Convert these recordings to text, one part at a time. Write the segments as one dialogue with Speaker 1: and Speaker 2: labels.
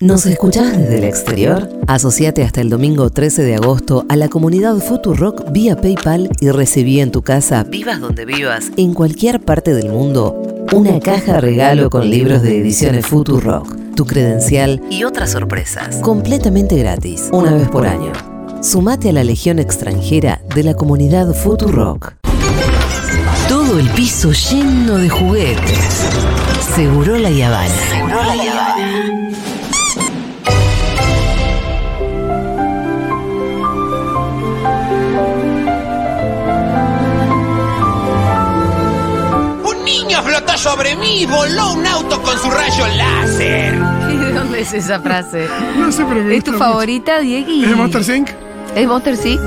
Speaker 1: ¿Nos escuchás desde el exterior? Asociate hasta el domingo 13 de agosto a la comunidad Futurock vía PayPal y recibí en tu casa, vivas donde vivas, en cualquier parte del mundo, una caja regalo con libros de ediciones Futurock, tu credencial y otras sorpresas. Completamente gratis, una vez por año. Sumate a la legión extranjera de la comunidad Futurock. Todo el piso lleno de juguetes. Seguro la Yavana.
Speaker 2: Un niño flotó sobre mí y voló un auto con su rayo láser.
Speaker 3: ¿Y de dónde es esa frase?
Speaker 4: No sé, pero me
Speaker 3: ¿Es tu
Speaker 4: gusta mucho.
Speaker 3: favorita, Diegui?
Speaker 4: ¿Es de Monster Sync?
Speaker 3: ¿Es Monster, sí?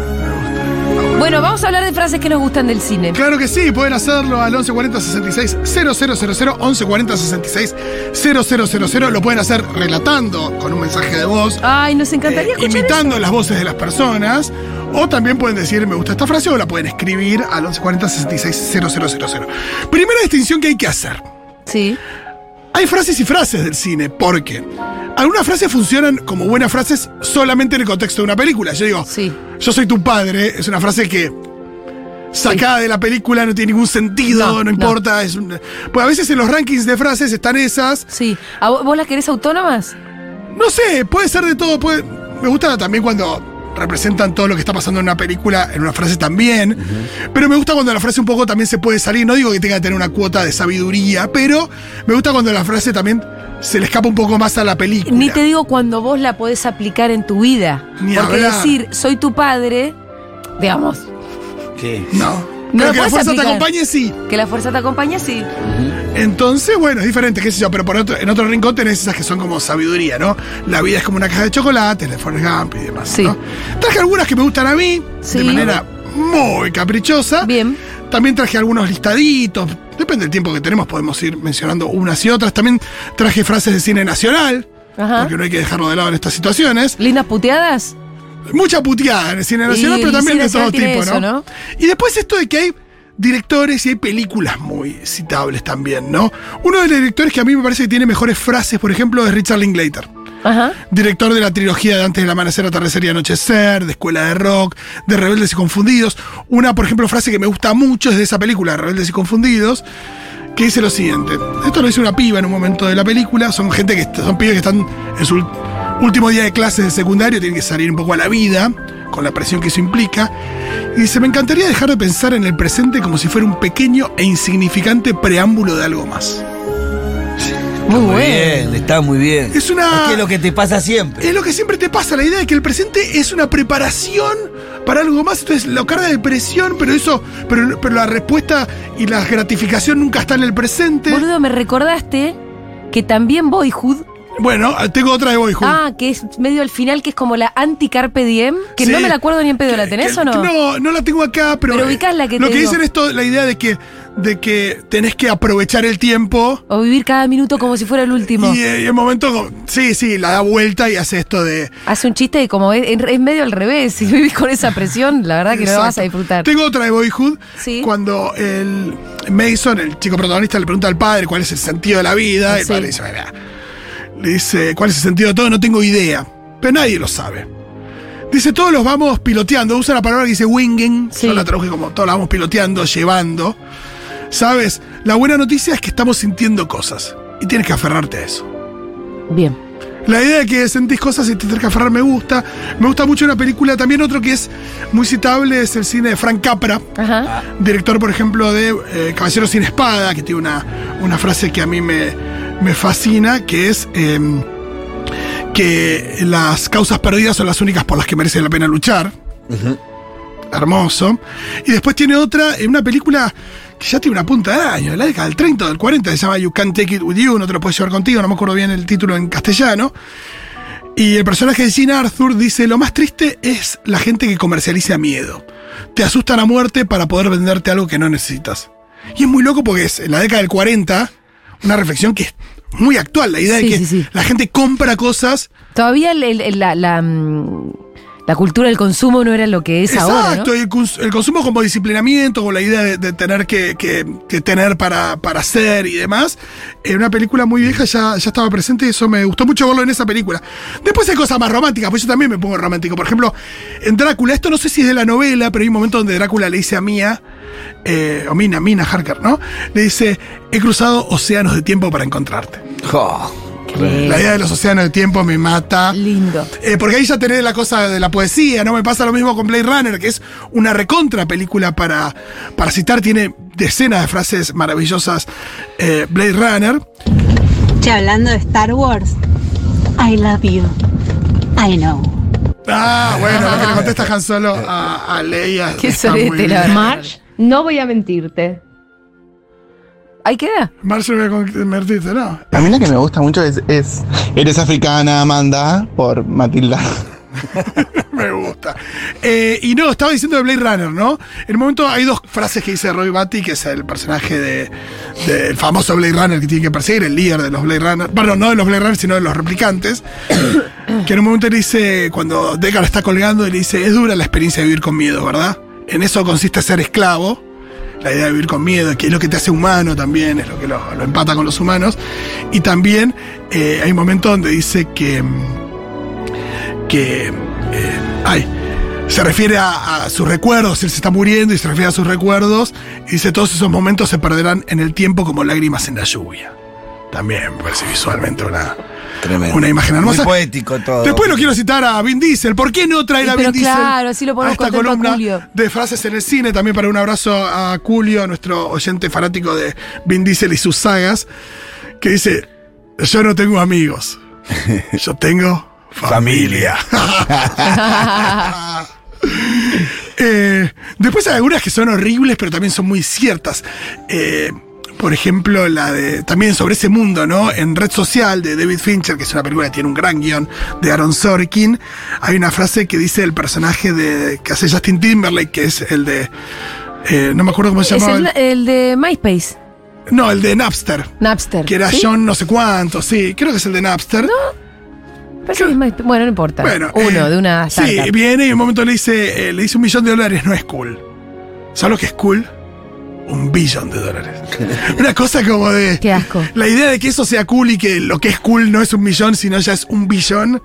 Speaker 3: Bueno, vamos a hablar de frases que nos gustan del cine.
Speaker 4: Claro que sí, pueden hacerlo al 1140-66-0000, 1140-66-0000. Lo pueden hacer relatando con un mensaje de voz,
Speaker 3: Ay, nos encantaría
Speaker 4: eh,
Speaker 3: escuchar
Speaker 4: imitando las voces de las personas. O también pueden decir, me gusta esta frase, o la pueden escribir al 1140-66-0000. Primera distinción que hay que hacer.
Speaker 3: eso. Sí.
Speaker 4: Hay frases y frases del cine, porque algunas frases funcionan como buenas frases solamente en el contexto de una película. Yo digo,
Speaker 3: Sí.
Speaker 4: yo soy tu padre, es una frase que sacada de la película no tiene ningún sentido,
Speaker 3: No,
Speaker 4: no,
Speaker 3: no.
Speaker 4: importa. Es un- pues a veces en los rankings de frases están esas.
Speaker 3: Sí. ¿A vo- ¿Vos las querés autónomas?
Speaker 4: No sé, puede ser de todo. Puede, me gusta también cuando representan todo lo que está pasando en una película en una frase también. Pero me gusta cuando la frase un poco también se puede salir. No digo que tenga que tener una cuota de sabiduría, pero me gusta cuando la frase también se le escapa un poco más a la película.
Speaker 3: Ni te digo cuando vos la podés aplicar en tu vida.
Speaker 4: Ni
Speaker 3: Porque
Speaker 4: hablar.
Speaker 3: decir, soy tu padre, digamos,
Speaker 4: No.
Speaker 3: No
Speaker 4: Pero
Speaker 3: lo
Speaker 4: que la
Speaker 3: puedes
Speaker 4: fuerza te
Speaker 3: aplicar.
Speaker 4: acompañe, sí.
Speaker 3: que la fuerza te acompaña, sí.
Speaker 4: Entonces, bueno, es diferente, qué sé yo, pero por otro- en otro rincón tenés esas que son como sabiduría, ¿no? La vida es como una caja de chocolates, de Forrest Gump y demás,
Speaker 3: Sí.
Speaker 4: ¿no? Traje algunas que me gustan a mí,
Speaker 3: Sí.
Speaker 4: de manera muy caprichosa.
Speaker 3: Bien.
Speaker 4: También traje algunos listaditos, depende del tiempo que tenemos, podemos ir mencionando unas y otras. También traje frases de cine nacional,
Speaker 3: Ajá.
Speaker 4: porque no hay que dejarlo de lado en estas situaciones.
Speaker 3: ¿Lindas puteadas?
Speaker 4: Mucha puteada en el cine nacional,
Speaker 3: Y
Speaker 4: pero
Speaker 3: el
Speaker 4: también
Speaker 3: cine
Speaker 4: de todo
Speaker 3: nacional tiene
Speaker 4: tipo,
Speaker 3: eso,
Speaker 4: ¿no?
Speaker 3: ¿no?
Speaker 4: Y después esto de que hay directores y hay películas muy citables también, ¿no? Uno de los directores que a mí me parece que tiene mejores frases, por ejemplo, es Richard Linklater.
Speaker 3: Ajá.
Speaker 4: Director de la trilogía de Antes del Amanecer, Atardecer y Anochecer, de Escuela de Rock, de Rebeldes y Confundidos. Una, por ejemplo, frase que me gusta mucho es de esa película, Rebeldes y Confundidos, que dice lo siguiente. Esto lo dice una piba en un momento de la película. Son gente que est- son pibes que están en su último día de clases de secundario, tienen que salir un poco a la vida, con la presión que eso implica. Y dice, me encantaría dejar de pensar en el presente como si fuera un pequeño e insignificante preámbulo de algo más.
Speaker 3: Muy
Speaker 5: Muy
Speaker 3: bueno.
Speaker 5: bien, está muy bien.
Speaker 4: Es una-
Speaker 5: Es que es lo que te pasa siempre.
Speaker 4: Es lo que siempre te pasa, la idea de que el presente es una preparación para algo más, entonces lo carga de presión, pero eso, pero, pero la respuesta y la gratificación nunca está en el presente.
Speaker 3: Boludo, me recordaste que también Boyhood
Speaker 4: Bueno, tengo otra de Boyhood.
Speaker 3: Ah, que es medio al final, que es como la anti-carpe diem, que no
Speaker 4: Sí.
Speaker 3: me la acuerdo ni en pedo, ¿la
Speaker 4: Que-
Speaker 3: tenés
Speaker 4: que-
Speaker 3: o no?
Speaker 4: No, no la tengo acá, pero. eh,
Speaker 3: Pero ubicás la que
Speaker 4: Lo
Speaker 3: te
Speaker 4: que
Speaker 3: digo.
Speaker 4: dicen esto, la idea de que, de que tenés que aprovechar el tiempo.
Speaker 3: O vivir cada minuto como si fuera el último.
Speaker 4: Y, eh, y el momento, como- sí, sí, la da vuelta y hace esto de.
Speaker 3: Hace un chiste y como es, es medio al revés, si vivís con esa presión, la verdad que no
Speaker 4: Exacto.
Speaker 3: la vas a disfrutar.
Speaker 4: Tengo otra de Boyhood.
Speaker 3: Sí.
Speaker 4: Cuando el Mason, el chico protagonista, le pregunta al padre cuál es el sentido de la vida. y El
Speaker 3: Sí.
Speaker 4: padre dice, "Mira", le dice, ¿cuál es el sentido de todo? No tengo idea. Pero nadie lo sabe. Dice, todos los vamos piloteando. Usa la palabra que dice winging.
Speaker 3: Sí.
Speaker 4: Yo la traduje como todos la vamos piloteando, llevando. ¿Sabes? La buena noticia es que estamos sintiendo cosas. Y tienes que aferrarte a eso.
Speaker 3: Bien.
Speaker 4: La idea de que sentís cosas y te tenés que aferrar me gusta. Me gusta mucho una película. También otro que es muy citable es el cine de Frank Capra.
Speaker 3: Ajá.
Speaker 4: Director, por ejemplo, de eh, Caballero sin Espada, que tiene una, una frase que a mí me, me fascina, que es em, que las causas perdidas son las únicas por las que merece la pena luchar. Hermoso. Y después tiene otra, en una película que ya tiene una punta de año, de la década del 30 o del 40, se llama You Can't Take It With You, no te lo puedes llevar contigo, no me acuerdo bien el título en castellano. Y el personaje de Gene Arthur dice, lo más triste es la gente que comercializa miedo. Te asustan a muerte para poder venderte algo que no necesitas. Y es muy loco porque es en la década del 40, una reflexión que es muy actual, la idea
Speaker 3: Sí,
Speaker 4: de que
Speaker 3: sí, sí.
Speaker 4: la gente compra cosas
Speaker 3: Todavía el- el- el- la, la, mm, La cultura del consumo no era lo que es
Speaker 4: Exacto,
Speaker 3: ahora. ¿no?
Speaker 4: y el, cons- el consumo como disciplinamiento, con la idea de, de tener que, que- que tener para, para hacer y demás. En una película muy vieja ya, ya estaba presente y eso me gustó mucho verlo en esa película. Después hay cosas más románticas, pues yo también me pongo romántico. Por ejemplo, en Drácula, esto no sé si es de la novela, pero hay un momento donde Drácula le dice a Mía, eh, o Mina, Mina Harker, ¿no? Le dice, he cruzado océanos de tiempo para encontrarte.
Speaker 5: Jo.
Speaker 4: La idea de los océanos de tiempo me mata.
Speaker 3: Lindo.
Speaker 4: Eh, porque ahí ya tenés la cosa de la poesía, ¿no? Me pasa lo mismo con Blade Runner, que es una recontra película para, para citar. Tiene decenas de frases maravillosas eh, Blade Runner.
Speaker 6: Che, hablando de Star Wars, I love you. I know.
Speaker 4: Ah, bueno, lo que le contesta Han Solo a, a Leia.
Speaker 3: Qué
Speaker 4: está muy
Speaker 3: sorete,
Speaker 4: bien.
Speaker 3: la verdad.
Speaker 7: March, no voy a mentirte.
Speaker 3: Ahí queda.
Speaker 4: Marge me convertiste, ¿no?
Speaker 8: A mí la que me gusta mucho es, es Eres africana, Amanda, por Matilda.
Speaker 4: Me gusta. Eh, y no, estaba diciendo de Blade Runner, ¿no? En un momento hay dos frases que dice Roy Batty, que es el personaje de- del famoso Blade Runner que tiene que perseguir, el líder de los Blade Runner. Bueno, no de los Blade Runner, sino de los replicantes. que en un momento le dice, cuando Deckard está colgando, y le dice: Es dura la experiencia de vivir con miedo, ¿verdad? En eso consiste ser esclavo. La idea de vivir con miedo, que es lo que te hace humano también, es lo que lo, lo empata con los humanos. Y también eh, hay un momento donde dice que. mm, que eh, ay, se refiere a, a sus recuerdos, él se está muriendo y se refiere a sus recuerdos, y dice todos esos momentos se perderán en el tiempo como lágrimas en la lluvia. También me parece visualmente una...
Speaker 5: Tremendo.
Speaker 4: Una imagen hermosa.
Speaker 5: Muy poético todo.
Speaker 4: Después lo quiero citar a Vin Diesel. ¿Por qué no traer
Speaker 3: Y
Speaker 4: a
Speaker 3: pero
Speaker 4: Vin Diesel
Speaker 3: claro, así lo
Speaker 4: a
Speaker 3: ponemos
Speaker 4: esta
Speaker 3: contento a
Speaker 4: columna
Speaker 3: Julio.
Speaker 4: de frases en el cine? También para un abrazo a Julio, a nuestro oyente fanático de Vin Diesel y sus sagas, que dice, yo no tengo amigos, yo tengo familia. Eh, después hay algunas que son horribles, pero también son muy ciertas. Eh, por ejemplo, la de. También sobre ese mundo, ¿no? En Red Social de David Fincher, que es una película que tiene un gran guión de Aaron Sorkin, hay una frase que dice el personaje de, que hace Justin Timberlake, que es el de. eh, no me acuerdo cómo se
Speaker 3: Es
Speaker 4: llamaba.
Speaker 3: el,
Speaker 4: el-
Speaker 3: el de MySpace,
Speaker 4: no, el de Napster.
Speaker 3: Napster.
Speaker 4: Que era
Speaker 3: ¿sí?
Speaker 4: John no sé cuánto, sí. Creo que es el de Napster.
Speaker 3: Parece que es MySpace. Bueno, no importa.
Speaker 4: Bueno,
Speaker 3: Uno,
Speaker 4: eh,
Speaker 3: de una
Speaker 4: Sí,
Speaker 3: startup.
Speaker 4: viene y en un momento le dice, eh, le dice un millón de dólares, no es cool. ¿Sabes lo que es cool? Un billón de dólares. Una cosa como de.
Speaker 3: Qué asco.
Speaker 4: La idea de que eso sea cool y que lo que es cool no es un millón, sino ya es un billón,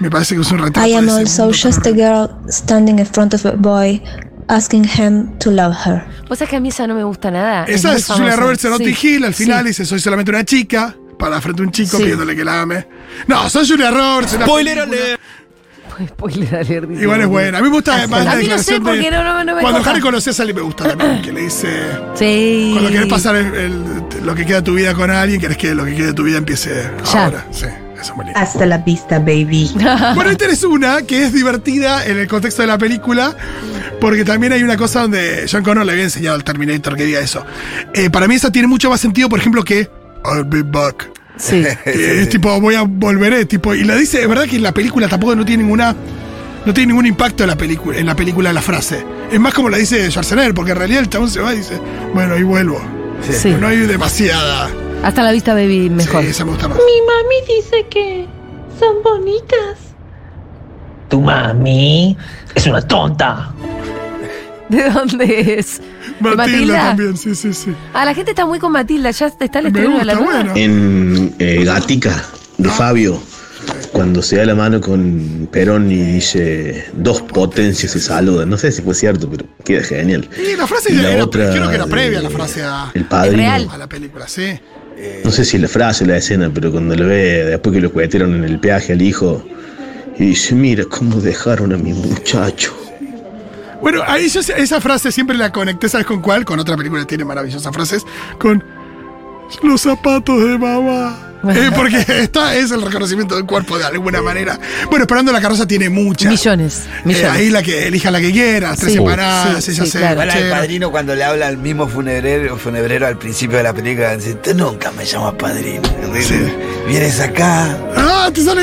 Speaker 4: me parece que es un retrato.
Speaker 9: I am
Speaker 4: de ese
Speaker 9: also
Speaker 4: mundo tan
Speaker 9: just a
Speaker 4: horrible.
Speaker 9: girl standing in front of a boy asking him to love her.
Speaker 3: Vos sabés que a mí esa no me gusta nada.
Speaker 4: Esa
Speaker 3: muy
Speaker 4: es Julia
Speaker 3: famosa.
Speaker 4: Roberts en Notting
Speaker 3: Sí.
Speaker 4: Hill, al final
Speaker 3: Sí.
Speaker 4: dice, soy solamente una chica, para frente a un chico
Speaker 3: Sí.
Speaker 4: pidiéndole que la ame. No, soy Julia Roberts. en la
Speaker 5: Spoiler
Speaker 4: película.
Speaker 5: alert.
Speaker 3: Spoiler alert, dice.
Speaker 4: Igual es buena. A mí me gusta más la
Speaker 3: Ah, A mí no sé,
Speaker 4: declaración de-
Speaker 3: porque no- no- no me
Speaker 4: Cuando
Speaker 3: copa.
Speaker 4: Harry conoce a Sally me gusta también, que le dice...
Speaker 3: Sí.
Speaker 4: Cuando querés pasar el- el- lo que queda de tu vida con alguien, querés que lo que quede de tu vida empiece
Speaker 3: Ya.
Speaker 4: ahora. Sí, eso es muy lindo.
Speaker 7: Hasta la vista, baby.
Speaker 4: Bueno, ahí tenés una que es divertida en el contexto de la película, porque también hay una cosa donde John Connor le había enseñado al Terminator que diga eso. Eh, para mí esa tiene mucho más sentido, por ejemplo, que I'll be back.
Speaker 3: Sí.
Speaker 10: Eh,
Speaker 4: Que es tipo, voy a volveré, tipo, y la dice, es verdad que en la película tampoco no tiene ninguna, no tiene ningún impacto en la película, en la película la frase. Es más como la dice Schwarzenegger, porque en realidad el chabón se va y dice, bueno, ahí vuelvo.
Speaker 3: Sí.
Speaker 4: No hay demasiada.
Speaker 3: Hasta la vista, baby, mejor.
Speaker 4: Sí, esa me gusta más.
Speaker 6: Mi mami dice que son bonitas.
Speaker 11: Tu mami es una tonta.
Speaker 3: ¿De dónde es? ¿De
Speaker 4: Matilda, también, sí, sí, sí.
Speaker 3: Ah, la gente está muy con Matilda. Ya está el
Speaker 4: Me
Speaker 3: estreno de Ah, la
Speaker 4: gusta,
Speaker 3: nueva.
Speaker 4: bueno.
Speaker 10: En eh, Gatica, de Fabio, cuando se da la mano con Perón y dice dos potencias se saludan. No sé si fue cierto, pero queda genial.
Speaker 4: Y la frase
Speaker 10: Y
Speaker 4: de-
Speaker 10: la
Speaker 4: era-
Speaker 10: otra
Speaker 4: creo que era
Speaker 10: de-
Speaker 4: previa la frase a,
Speaker 10: El padrino.
Speaker 3: Real.
Speaker 4: a la película, sí.
Speaker 10: No sé si la frase o la escena, pero cuando lo ve, después que lo cuetearon en el peaje al hijo, y dice, mira cómo dejaron a mi muchacho.
Speaker 4: Bueno, ahí yo sé- esa frase siempre la conecté, ¿sabes con cuál? Con otra película que tiene maravillosas frases, con los zapatos de mamá. Eh, porque esta es el reconocimiento del cuerpo de alguna manera. Bueno, esperando la carroza tiene muchas.
Speaker 3: Millones.
Speaker 4: Eh,
Speaker 3: Millones.
Speaker 4: ahí la que elija la que quiera, tres
Speaker 3: Sí,
Speaker 4: separadas,
Speaker 3: sí,
Speaker 4: ella
Speaker 3: sí,
Speaker 4: se
Speaker 3: claro.
Speaker 5: Ahora el
Speaker 4: bachera.
Speaker 5: padrino cuando le habla al mismo funebrero, funebrero al principio de la película, dice, tú nunca me llamas padrino.
Speaker 4: Sí.
Speaker 5: Vienes acá.
Speaker 4: ¡Ah, te sale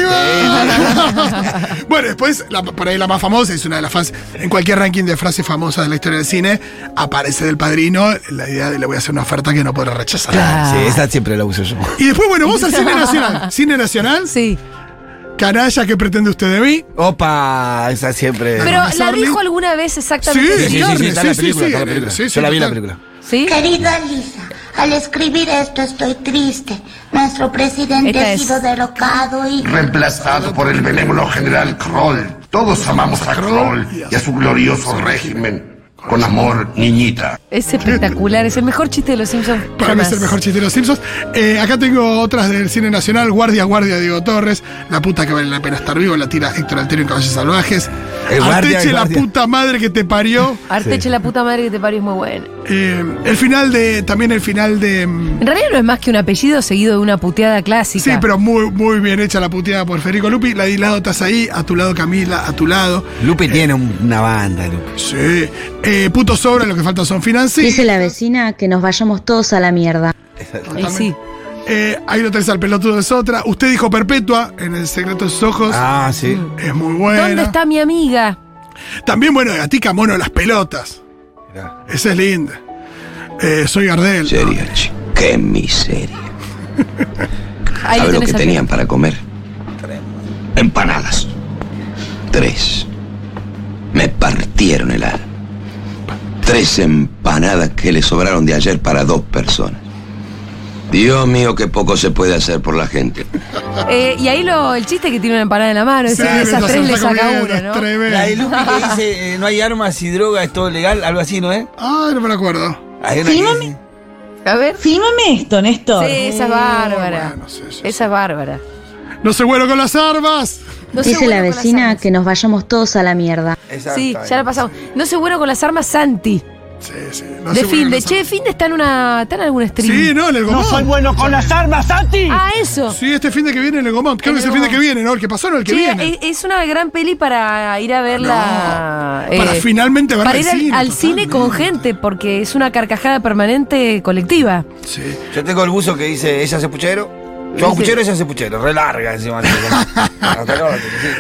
Speaker 4: igual! bueno, después, la- por ahí la más famosa, es una de las fans. En cualquier ranking de frases famosas de la historia del cine, aparece del padrino la idea de le voy a hacer una oferta que no podrá rechazar.
Speaker 3: Claro. Ah.
Speaker 5: Sí, esa siempre la uso yo.
Speaker 4: Y después, bueno, vamos al cine nacional. Cine nacional.
Speaker 3: Sí.
Speaker 4: Canalla, ¿qué pretende usted de mí?
Speaker 5: Opa, esa siempre.
Speaker 3: Pero la dijo alguna vez exactamente.
Speaker 5: Sí, sí, sí,
Speaker 3: Jordi.
Speaker 5: sí, está en la película, está en la película. Yo la vi en la película.
Speaker 3: ¿Sí?
Speaker 12: Querida Lisa, al escribir esto estoy triste. Nuestro presidente
Speaker 13: Esta
Speaker 12: ha
Speaker 13: es-
Speaker 12: sido derrocado y...
Speaker 13: Reemplazado por el benévolo general Kroll. Todos amamos a Kroll y a su glorioso régimen. Con amor, niñita.
Speaker 3: Es espectacular, es el mejor chiste de los Simpsons.
Speaker 4: Para mí es el mejor chiste de los Simpsons. Eh, acá tengo otras del cine nacional: Guardia, Guardia, Diego Torres. La puta que vale la pena estar vivo. La tira Héctor Altero en Caballos Salvajes.
Speaker 5: El Guardia,
Speaker 4: Arteche,
Speaker 5: el
Speaker 4: la
Speaker 5: Guardia.
Speaker 4: puta madre que te parió.
Speaker 3: Arteche la puta madre que te parió es muy buena.
Speaker 4: Eh, el final de. También el final de. mm,
Speaker 3: En realidad no es más que un apellido seguido de una puteada clásica.
Speaker 4: Sí, pero muy, muy bien hecha la puteada por Federico Lupi. La Dilado estás ahí, a tu lado Camila, a tu lado.
Speaker 5: Lupe tiene un- una banda, Lupe.
Speaker 4: Sí. Eh, puto sobra, lo que falta son finanzas.
Speaker 14: Dice la vecina que nos vayamos todos a la mierda.
Speaker 4: sí. Eh, ahí lo tenés al pelotudo de Sotra. Usted dijo perpetua en El secreto de sus ojos.
Speaker 5: Ah, sí.
Speaker 4: Es muy bueno.
Speaker 3: ¿Dónde está mi amiga?
Speaker 4: También, bueno, Gatica Mono las pelotas. Esa es linda. Eh, soy Gardel.
Speaker 15: Seria, che, qué miseria.
Speaker 3: Ahí
Speaker 15: ¿Sabes lo que
Speaker 3: tenés al-
Speaker 15: tenían para comer? Empanadas. Tres. Me partieron el alma. Tres empanadas que le sobraron de ayer para dos personas. Dios mío, qué poco se puede hacer por la gente.
Speaker 3: Eh, y ahí lo, el chiste que tiene una empanada en la mano. es
Speaker 4: Sí,
Speaker 3: decir, de esas
Speaker 4: mientras
Speaker 3: tres
Speaker 4: se
Speaker 3: le
Speaker 4: está
Speaker 3: saca
Speaker 4: comiendo,
Speaker 3: una, ¿no?
Speaker 4: es tremendo.
Speaker 5: La de Lupe que dice, eh, no hay armas y droga, es todo legal, algo así, ¿no es?
Speaker 4: Ah, no me lo acuerdo.
Speaker 5: Hay una que
Speaker 16: Fíjame.
Speaker 5: dice-
Speaker 3: A ver.
Speaker 16: Fílmame esto, Néstor.
Speaker 3: Sí, esa es bárbara. Esa es bárbara.
Speaker 4: No se vuelo con las armas.
Speaker 3: No se
Speaker 14: Dice
Speaker 3: vuelo
Speaker 14: la
Speaker 3: con las
Speaker 14: vecina que nos vayamos todos a la mierda.
Speaker 3: Sí, ya la pasamos. No se bueno con las armas Santi.
Speaker 4: Sí, sí.
Speaker 3: de Finde. Che, Finde está en una. está en algún stream.
Speaker 4: Sí, no, en el Gomont.
Speaker 3: bueno con las armas, Santi. Ah, eso.
Speaker 4: Sí, este fin de que viene en el Gomont. Creo
Speaker 3: En
Speaker 4: que es
Speaker 3: el
Speaker 4: el fin de que
Speaker 3: Gomont.
Speaker 4: viene, ¿no? El que pasó, no el que
Speaker 3: Che,
Speaker 4: viene.
Speaker 3: es- es una gran peli para ir a verla. eh,
Speaker 4: No, para finalmente verla
Speaker 3: Para
Speaker 4: al
Speaker 3: ir al,
Speaker 4: cine,
Speaker 3: al cine con gente, porque es una carcajada permanente colectiva.
Speaker 4: Sí.
Speaker 5: Yo tengo el buzo que dice, ella hace puchero. Yo hago
Speaker 3: Sí.
Speaker 5: puchero, ella hace puchero. Relarga encima. Hasta acá, sí,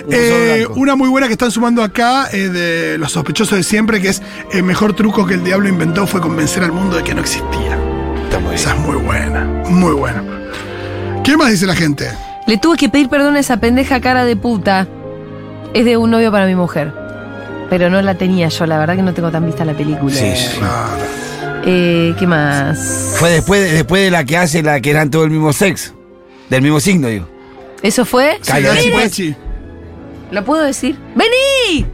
Speaker 5: un buzo
Speaker 4: Eh,
Speaker 5: blanco.
Speaker 4: una muy buena que están sumando acá eh, de los sospechosos de siempre, que es el mejor truco que el diablo inventó fue convencer al mundo de que no existía. Esa es muy buena, muy buena. ¿Qué más dice la gente?
Speaker 3: Le tuve que pedir perdón a esa pendeja cara de puta. Es de un novio para mi mujer. Pero no la tenía yo, la verdad que no tengo tan vista la película.
Speaker 5: Sí, sí.
Speaker 4: Ah,
Speaker 3: Eh, ¿Qué más?
Speaker 5: Fue después, de- después de la que hace la que eran todo el mismo sexo. Del mismo signo, digo.
Speaker 3: ¿Eso fue?
Speaker 5: Cayó
Speaker 3: Miren,
Speaker 5: después.
Speaker 3: ¿Lo puedo decir? ¡Vení!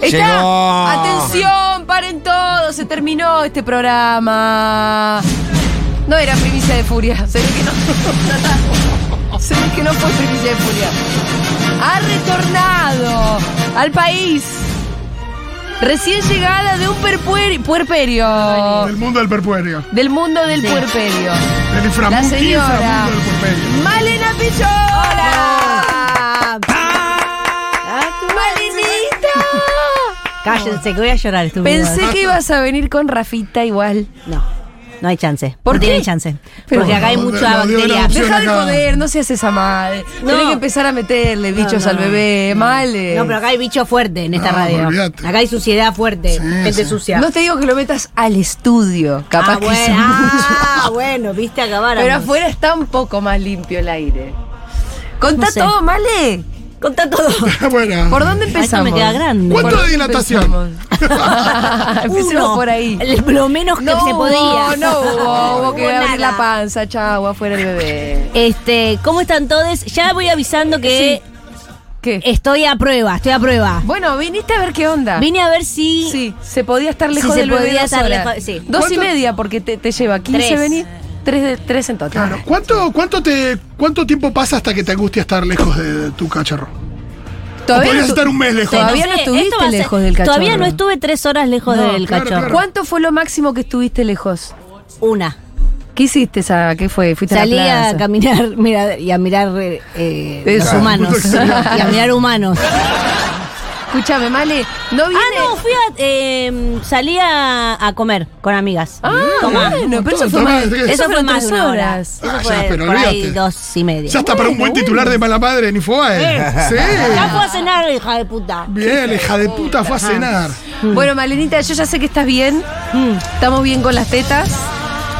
Speaker 3: ¡Está!
Speaker 5: Llegó.
Speaker 3: ¡Atención! ¡Paren todos! Se terminó este programa. No era primicia de furia. Se ve que no. Se ve que no fue primicia de furia. Ha retornado al país. Recién llegada de un perpuer- puerperio.
Speaker 4: Del mundo del perpuerio.
Speaker 3: Del mundo del puerperio.
Speaker 4: Del
Speaker 3: Oh. La
Speaker 4: inframundo y
Speaker 3: señora.
Speaker 4: inframundo del puerperio.
Speaker 3: Malena Pichón. ¡Hola! Ah, ¡Malenita!
Speaker 17: Cállense, que voy a llorar. estuvo
Speaker 3: Pensé
Speaker 17: igual.
Speaker 3: que ibas a venir con Rafita igual. No.
Speaker 17: No hay chance.
Speaker 3: ¿Por
Speaker 17: no
Speaker 3: qué?
Speaker 17: tienen chance.
Speaker 3: Pero
Speaker 17: Porque acá hay
Speaker 3: no,
Speaker 17: mucha
Speaker 3: no, dio la
Speaker 17: bacteria.
Speaker 3: opción Deja de joder, no seas esa madre.
Speaker 17: No.
Speaker 3: Tenés que empezar a meterle bichos al bebé, male.
Speaker 17: No, pero acá hay bicho fuerte en esta
Speaker 3: No,
Speaker 17: radio.
Speaker 3: olvídate.
Speaker 17: Acá hay suciedad fuerte, gente sucia.
Speaker 3: No te digo que lo metas al estudio, capaz
Speaker 17: ah,
Speaker 3: que
Speaker 17: bueno,
Speaker 3: es mucho.
Speaker 17: ah, bueno, viste acabar.
Speaker 3: Pero afuera está un poco más limpio el aire. Contá
Speaker 17: No sé.
Speaker 3: todo, Male.
Speaker 17: Contá todo.
Speaker 4: bueno.
Speaker 3: ¿Por dónde empezamos?
Speaker 17: Esto me queda grande.
Speaker 3: ¿Por
Speaker 4: ¿Cuánto de
Speaker 3: dónde empezamos?
Speaker 4: dilatación?
Speaker 3: Ah, Empecemos
Speaker 17: Uno.
Speaker 3: por ahí.
Speaker 17: El- Lo menos que
Speaker 3: No
Speaker 17: se
Speaker 3: hubo,
Speaker 17: podía.
Speaker 3: No hubo, hubo que
Speaker 17: Hubo
Speaker 3: abrir
Speaker 17: nada.
Speaker 3: la panza, chau, afuera el bebé.
Speaker 17: Este, ¿cómo están todos? Ya voy avisando que estoy a prueba, estoy a prueba.
Speaker 3: Bueno, viniste a ver qué onda.
Speaker 17: Vine a ver si
Speaker 3: Sí, se podía estar
Speaker 17: Si
Speaker 3: lejos
Speaker 17: se
Speaker 3: del bebé
Speaker 17: podía
Speaker 3: dos
Speaker 17: estar
Speaker 3: horas.
Speaker 17: lejos- sí.
Speaker 3: Dos y
Speaker 17: ¿Cuánto?
Speaker 3: media, porque te, te lleva 15
Speaker 17: Tres.
Speaker 3: venir, tres, de- tres en total.
Speaker 4: Claro. ¿Cuánto, cuánto, te, ¿Cuánto tiempo pasa hasta que te angustia estar lejos de tu cacharro?
Speaker 3: Todavía
Speaker 4: o podrías
Speaker 3: no tu-
Speaker 4: estar un mes lejos.
Speaker 3: Todavía
Speaker 17: No
Speaker 3: no
Speaker 17: sé,
Speaker 3: estuviste
Speaker 17: esto va a ser-
Speaker 3: lejos del cachorro.
Speaker 17: todavía no estuve tres horas lejos
Speaker 3: No,
Speaker 17: del
Speaker 3: claro,
Speaker 17: cachorro.
Speaker 3: claro. ¿Cuánto fue lo máximo que estuviste lejos?
Speaker 17: Una.
Speaker 3: ¿Qué hiciste esa? ¿Qué fue? ¿Fuiste
Speaker 17: Salí
Speaker 3: a la
Speaker 17: a
Speaker 3: plaza?
Speaker 17: caminar mira, y a mirar eh, eh, los
Speaker 3: Eso.
Speaker 17: humanos. y a mirar humanos.
Speaker 3: Escúchame, Male, Ah, no viene...
Speaker 17: Ah, no, fui a. eh, salí a, a comer con amigas.
Speaker 3: Ah,
Speaker 17: Tomá.
Speaker 3: bueno, pero eso fue
Speaker 4: Tomá,
Speaker 3: más,
Speaker 4: ¿de qué?
Speaker 3: eso fue
Speaker 17: fueron
Speaker 3: más
Speaker 17: tres
Speaker 3: de una hora.
Speaker 17: horas. Eso
Speaker 4: Ah,
Speaker 17: fue
Speaker 4: ya, pero
Speaker 17: por ahí
Speaker 4: olvídate.
Speaker 17: dos y media.
Speaker 4: Ya está para un buen titular de mala madre en Infobae.
Speaker 17: Eh.
Speaker 4: Sí.
Speaker 17: Ya fue a cenar, hija de puta.
Speaker 4: Bien, hija de puta, fue a cenar.
Speaker 17: Mm.
Speaker 3: Bueno, Malenita, yo ya sé que estás bien. Estamos bien con las tetas.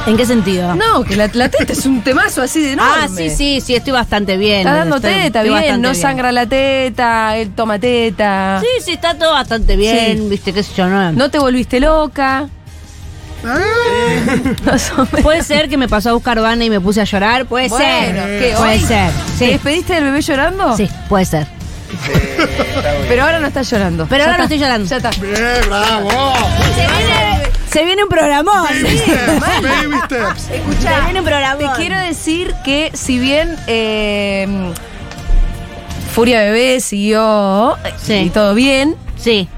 Speaker 17: ¿En qué sentido?
Speaker 3: No, que la, la teta es un temazo así de enorme.
Speaker 17: Ah, sí, sí, sí, estoy bastante bien. eh,
Speaker 3: Está dando
Speaker 17: Estoy-
Speaker 3: teta,
Speaker 17: estoy
Speaker 3: bien,
Speaker 17: bastante
Speaker 3: no sangra la teta, él toma teta.
Speaker 17: Sí, sí, está todo bastante bien, viste, qué sé yo, no.
Speaker 3: No te volviste loca.
Speaker 4: Eh.
Speaker 17: Puede ser que me pasó a buscar Vane y me puse a llorar, puede
Speaker 3: Bueno,
Speaker 17: ser.
Speaker 3: ¿qué,
Speaker 17: puede
Speaker 3: hoy?
Speaker 17: ser. Sí.
Speaker 3: ¿Te despediste del bebé llorando?
Speaker 17: Sí, puede ser.
Speaker 3: Pero ahora no estás llorando.
Speaker 17: Pero
Speaker 3: Ya
Speaker 17: ahora no
Speaker 3: está.
Speaker 17: estoy llorando.
Speaker 3: Ya está.
Speaker 4: bravo.
Speaker 17: Se viene un programón.
Speaker 4: Baby steps, baby steps.
Speaker 3: Escuchá,
Speaker 17: Se viene un programón.
Speaker 3: Te quiero decir que si bien eh, Furia Bebé siguió eh, y todo bien,
Speaker 17: sí.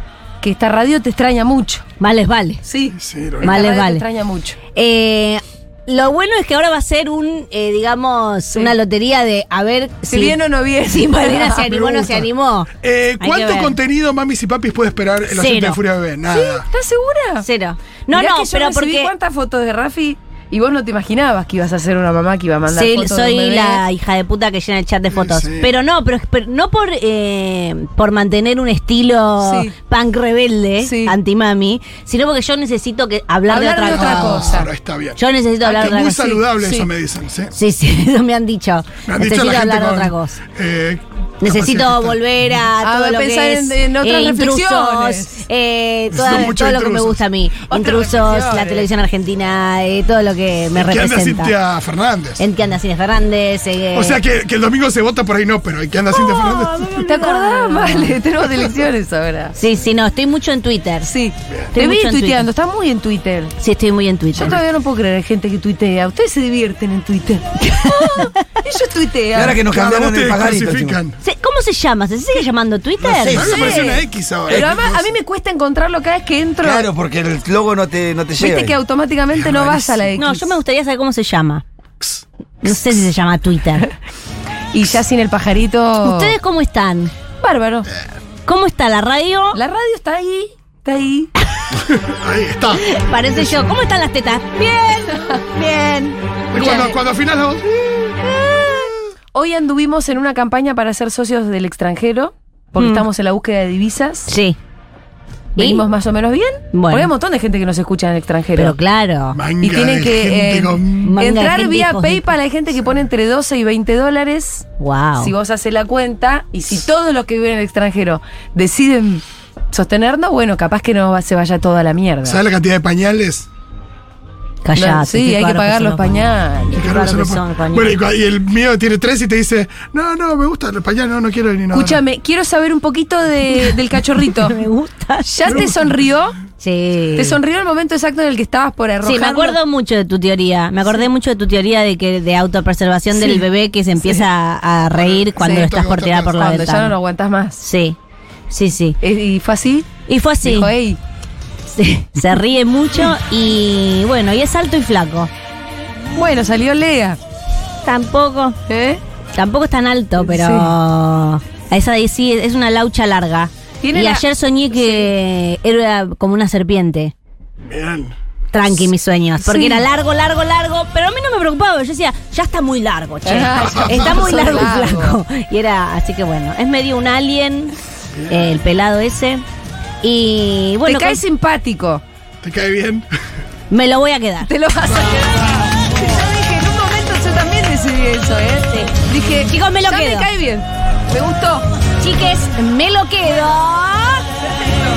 Speaker 3: que esta radio te extraña mucho.
Speaker 17: Vale, vale.
Speaker 3: Sí,
Speaker 17: lo
Speaker 3: Esta
Speaker 17: Vale,
Speaker 3: radio
Speaker 17: vale.
Speaker 3: Te extraña mucho.
Speaker 17: Eh, lo bueno es que ahora va a ser un, eh, digamos, una lotería de a ver
Speaker 3: Si bien o no Ah, bien.
Speaker 17: Si Malena se
Speaker 3: Me
Speaker 17: animó o no
Speaker 3: gusta.
Speaker 17: se animó.
Speaker 4: Eh,
Speaker 17: que
Speaker 4: ¿Cuánto
Speaker 17: ver.
Speaker 4: contenido mamis y papis puede esperar el
Speaker 17: Cero.
Speaker 4: asiento de Furia Bebé? Nada.
Speaker 3: ¿Estás segura?
Speaker 17: Cero. No,
Speaker 3: Mirá
Speaker 17: no,
Speaker 3: que yo
Speaker 17: pero
Speaker 3: recibí
Speaker 17: porque-
Speaker 3: cuántas fotos de Rafi y vos no te imaginabas que ibas a ser una mamá que iba a mandar
Speaker 17: Sí,
Speaker 3: fotos de un
Speaker 17: soy
Speaker 3: bebé.
Speaker 17: la hija de puta que llena el chat de fotos.
Speaker 3: sí.
Speaker 17: Pero no, pero, pero no por eh, por mantener un estilo
Speaker 3: Sí.
Speaker 17: punk rebelde, anti-mami, sino porque yo necesito que hablar, de otra, cosa.
Speaker 4: Claro, Ah, está bien.
Speaker 17: Yo necesito hablar
Speaker 4: Está
Speaker 17: de otra
Speaker 4: Ah, Muy
Speaker 17: cosa.
Speaker 4: saludable
Speaker 17: Sí,
Speaker 4: eso
Speaker 17: sí.
Speaker 4: me dicen, ¿sí?
Speaker 17: Sí, sí, eso me han dicho.
Speaker 4: Me han dicho
Speaker 17: necesito
Speaker 4: la gente
Speaker 17: hablar de
Speaker 4: con,
Speaker 17: otra cosa.
Speaker 4: eh,
Speaker 17: Necesito
Speaker 4: capacidad
Speaker 17: volver a
Speaker 3: Ah,
Speaker 17: todo lo
Speaker 3: pensar
Speaker 17: que es,
Speaker 3: en- en otras
Speaker 17: eh, intrusos,
Speaker 3: reflexiones.
Speaker 17: eh, toda-
Speaker 3: Son
Speaker 17: todo
Speaker 3: muchos
Speaker 17: lo que me
Speaker 3: intrusos.
Speaker 17: gusta a mí.
Speaker 3: Otras
Speaker 17: intrusos, la
Speaker 3: reflexiones.
Speaker 17: televisión argentina, eh, todo lo que me
Speaker 4: ¿En qué anda
Speaker 17: representa.
Speaker 4: Cintia Fernández?
Speaker 17: En que anda Cine Fernández. eh,
Speaker 4: O sea que, que el domingo se vota por ahí no, pero ¿en qué anda Cintia Fernández?
Speaker 3: ¿Te acordás? Vale, tenemos elecciones ahora.
Speaker 17: Sí, sí, no, estoy mucho en Twitter.
Speaker 3: Sí.
Speaker 17: Estoy
Speaker 3: Te vi
Speaker 17: mucho en
Speaker 3: tuiteando, estás muy en Twitter.
Speaker 17: Sí, estoy muy en Twitter.
Speaker 3: Yo todavía no puedo creer en gente que tuitea. Ustedes se divierten en Twitter. Ellos tuitean.
Speaker 5: Y ahora que nos
Speaker 4: Claro,
Speaker 5: cambiaron
Speaker 4: vos te
Speaker 5: el pajarito.
Speaker 4: desclasifican.
Speaker 17: Se- ¿Cómo se llama? ¿Se sigue llamando Twitter?
Speaker 5: No sé,
Speaker 4: A mí me pareció una X ahora.
Speaker 3: Pero además a mí me cuesta encontrarlo cada vez que entro.
Speaker 5: Claro, pues, porque el logo no te, no te llega.
Speaker 3: Viste que automáticamente no vas a la X.
Speaker 17: No, yo me gustaría saber cómo se llama. No sé si se llama Twitter.
Speaker 3: Y ya sin el pajarito.
Speaker 17: ¿Ustedes cómo están?
Speaker 3: Bárbaro.
Speaker 17: ¿Cómo está la radio?
Speaker 3: La radio está ahí. Está ahí.
Speaker 4: Ahí está.
Speaker 17: Parece yo. ¿Cómo están las tetas? Bien. Bien.
Speaker 4: Y Cuando, cuando afinás la voz.
Speaker 3: Hoy anduvimos en una campaña para ser socios del extranjero, porque
Speaker 17: Mm.
Speaker 3: estamos en la búsqueda de divisas.
Speaker 17: Sí.
Speaker 3: Venimos más o menos bien.
Speaker 17: Bueno.
Speaker 3: Porque hay un montón de gente que nos escucha en el extranjero.
Speaker 17: Pero claro.
Speaker 4: Manga
Speaker 3: y tienen
Speaker 4: de
Speaker 3: que
Speaker 4: gente
Speaker 3: eh,
Speaker 4: con-
Speaker 17: Manga de
Speaker 3: entrar
Speaker 17: gente,
Speaker 3: vía
Speaker 17: hijos de
Speaker 3: PayPal. Hay gente que pone entre 12 y 20 dólares.
Speaker 17: Wow.
Speaker 3: Si vos haces la cuenta y si todos los que viven en el extranjero deciden sostenernos, bueno, capaz que no va- se vaya toda la mierda.
Speaker 4: ¿Sabes la cantidad de pañales?
Speaker 17: Callate.
Speaker 3: No, sí,
Speaker 17: qué
Speaker 3: hay que
Speaker 17: caro
Speaker 3: pagar
Speaker 17: son
Speaker 3: los pañales.
Speaker 17: Qué
Speaker 4: Qué
Speaker 17: caro
Speaker 4: caro
Speaker 17: que
Speaker 4: son los
Speaker 17: son los
Speaker 4: pa-
Speaker 17: pañales.
Speaker 4: Bueno, y, cua- y el mío tiene tres y te dice, no, no, me gusta el pañal, no, no quiero ni nada.
Speaker 3: Escúchame, quiero saber un poquito de- del cachorrito.
Speaker 17: Me gusta.
Speaker 3: ¿Ya te sonrió?
Speaker 17: Sí.
Speaker 3: ¿Te sonrió el momento exacto en el que estabas por arrojar?
Speaker 17: Sí, me acuerdo mucho de tu teoría. Me acordé mucho de tu teoría de que de autopreservación
Speaker 3: Sí.
Speaker 17: del bebé que se empieza a a reír cuando
Speaker 3: Sí.
Speaker 17: lo estás por tirar por la
Speaker 3: Cuando ya no lo
Speaker 17: ventana.
Speaker 3: aguantas más.
Speaker 17: Sí, sí, sí.
Speaker 3: ¿Y fue así?
Speaker 17: Y fue así.
Speaker 3: Dijo, "Ey".
Speaker 17: Sí, Se ríe mucho y bueno, y es alto y flaco.
Speaker 3: Bueno, salió Lea.
Speaker 17: Tampoco.
Speaker 3: ¿Eh?
Speaker 17: Tampoco es tan alto, pero esa de sí es una laucha larga.
Speaker 3: Tiene
Speaker 17: y
Speaker 3: la-
Speaker 17: ayer soñé que era como una serpiente.
Speaker 4: Bien.
Speaker 17: Tranqui mis sueños, porque
Speaker 3: Sí.
Speaker 17: era largo, largo, largo, pero a mí no me preocupaba, yo decía, ya está muy largo, che. está muy
Speaker 3: Son
Speaker 17: largo y
Speaker 3: largos.
Speaker 17: flaco. Y era, así que bueno, es medio un alien, eh, el pelado ese. Y bueno,
Speaker 3: Te cae
Speaker 17: con-
Speaker 3: simpático.
Speaker 4: ¿Te cae bien?
Speaker 17: me lo voy a quedar.
Speaker 3: Te lo vas a quedar. Que Yo dije, en un momento yo también decidí eso, ¿eh? Dije,
Speaker 17: Chicos, me lo
Speaker 3: ya
Speaker 17: quedo.
Speaker 3: me cae bien. Me gustó.
Speaker 17: Chiques, me lo quedo.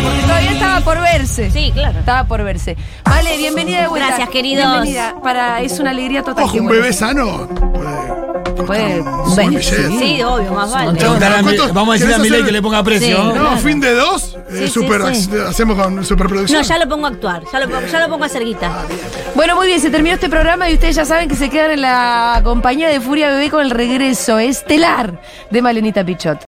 Speaker 3: Porque todavía estaba por verse.
Speaker 17: Sí, claro.
Speaker 3: Estaba por verse. Vale, bienvenida de vuelta.
Speaker 17: Gracias, queridos.
Speaker 3: Bienvenida. Para, es una alegría total.
Speaker 4: Ojo,
Speaker 3: que
Speaker 4: un
Speaker 3: vuelvas.
Speaker 4: bebé sano.
Speaker 3: Puede.
Speaker 4: Buen
Speaker 17: Bueno,
Speaker 4: billete.
Speaker 17: sí, obvio, más vale.
Speaker 4: Preguntar a mi- vamos a decirle a Milei que le
Speaker 10: ponga
Speaker 17: precio. Sí,
Speaker 4: no,
Speaker 17: claro.
Speaker 4: fin de dos, eh,
Speaker 17: Sí, sí,
Speaker 4: super-
Speaker 17: sí.
Speaker 4: hacemos con superproducción.
Speaker 17: No, ya lo pongo a actuar, ya lo pongo, ya lo pongo a hacer guita.
Speaker 3: Bueno, muy bien, se terminó este programa y ustedes ya saben que se quedan en la compañía de Furia Bebé con el regreso estelar de Malenita Pichot.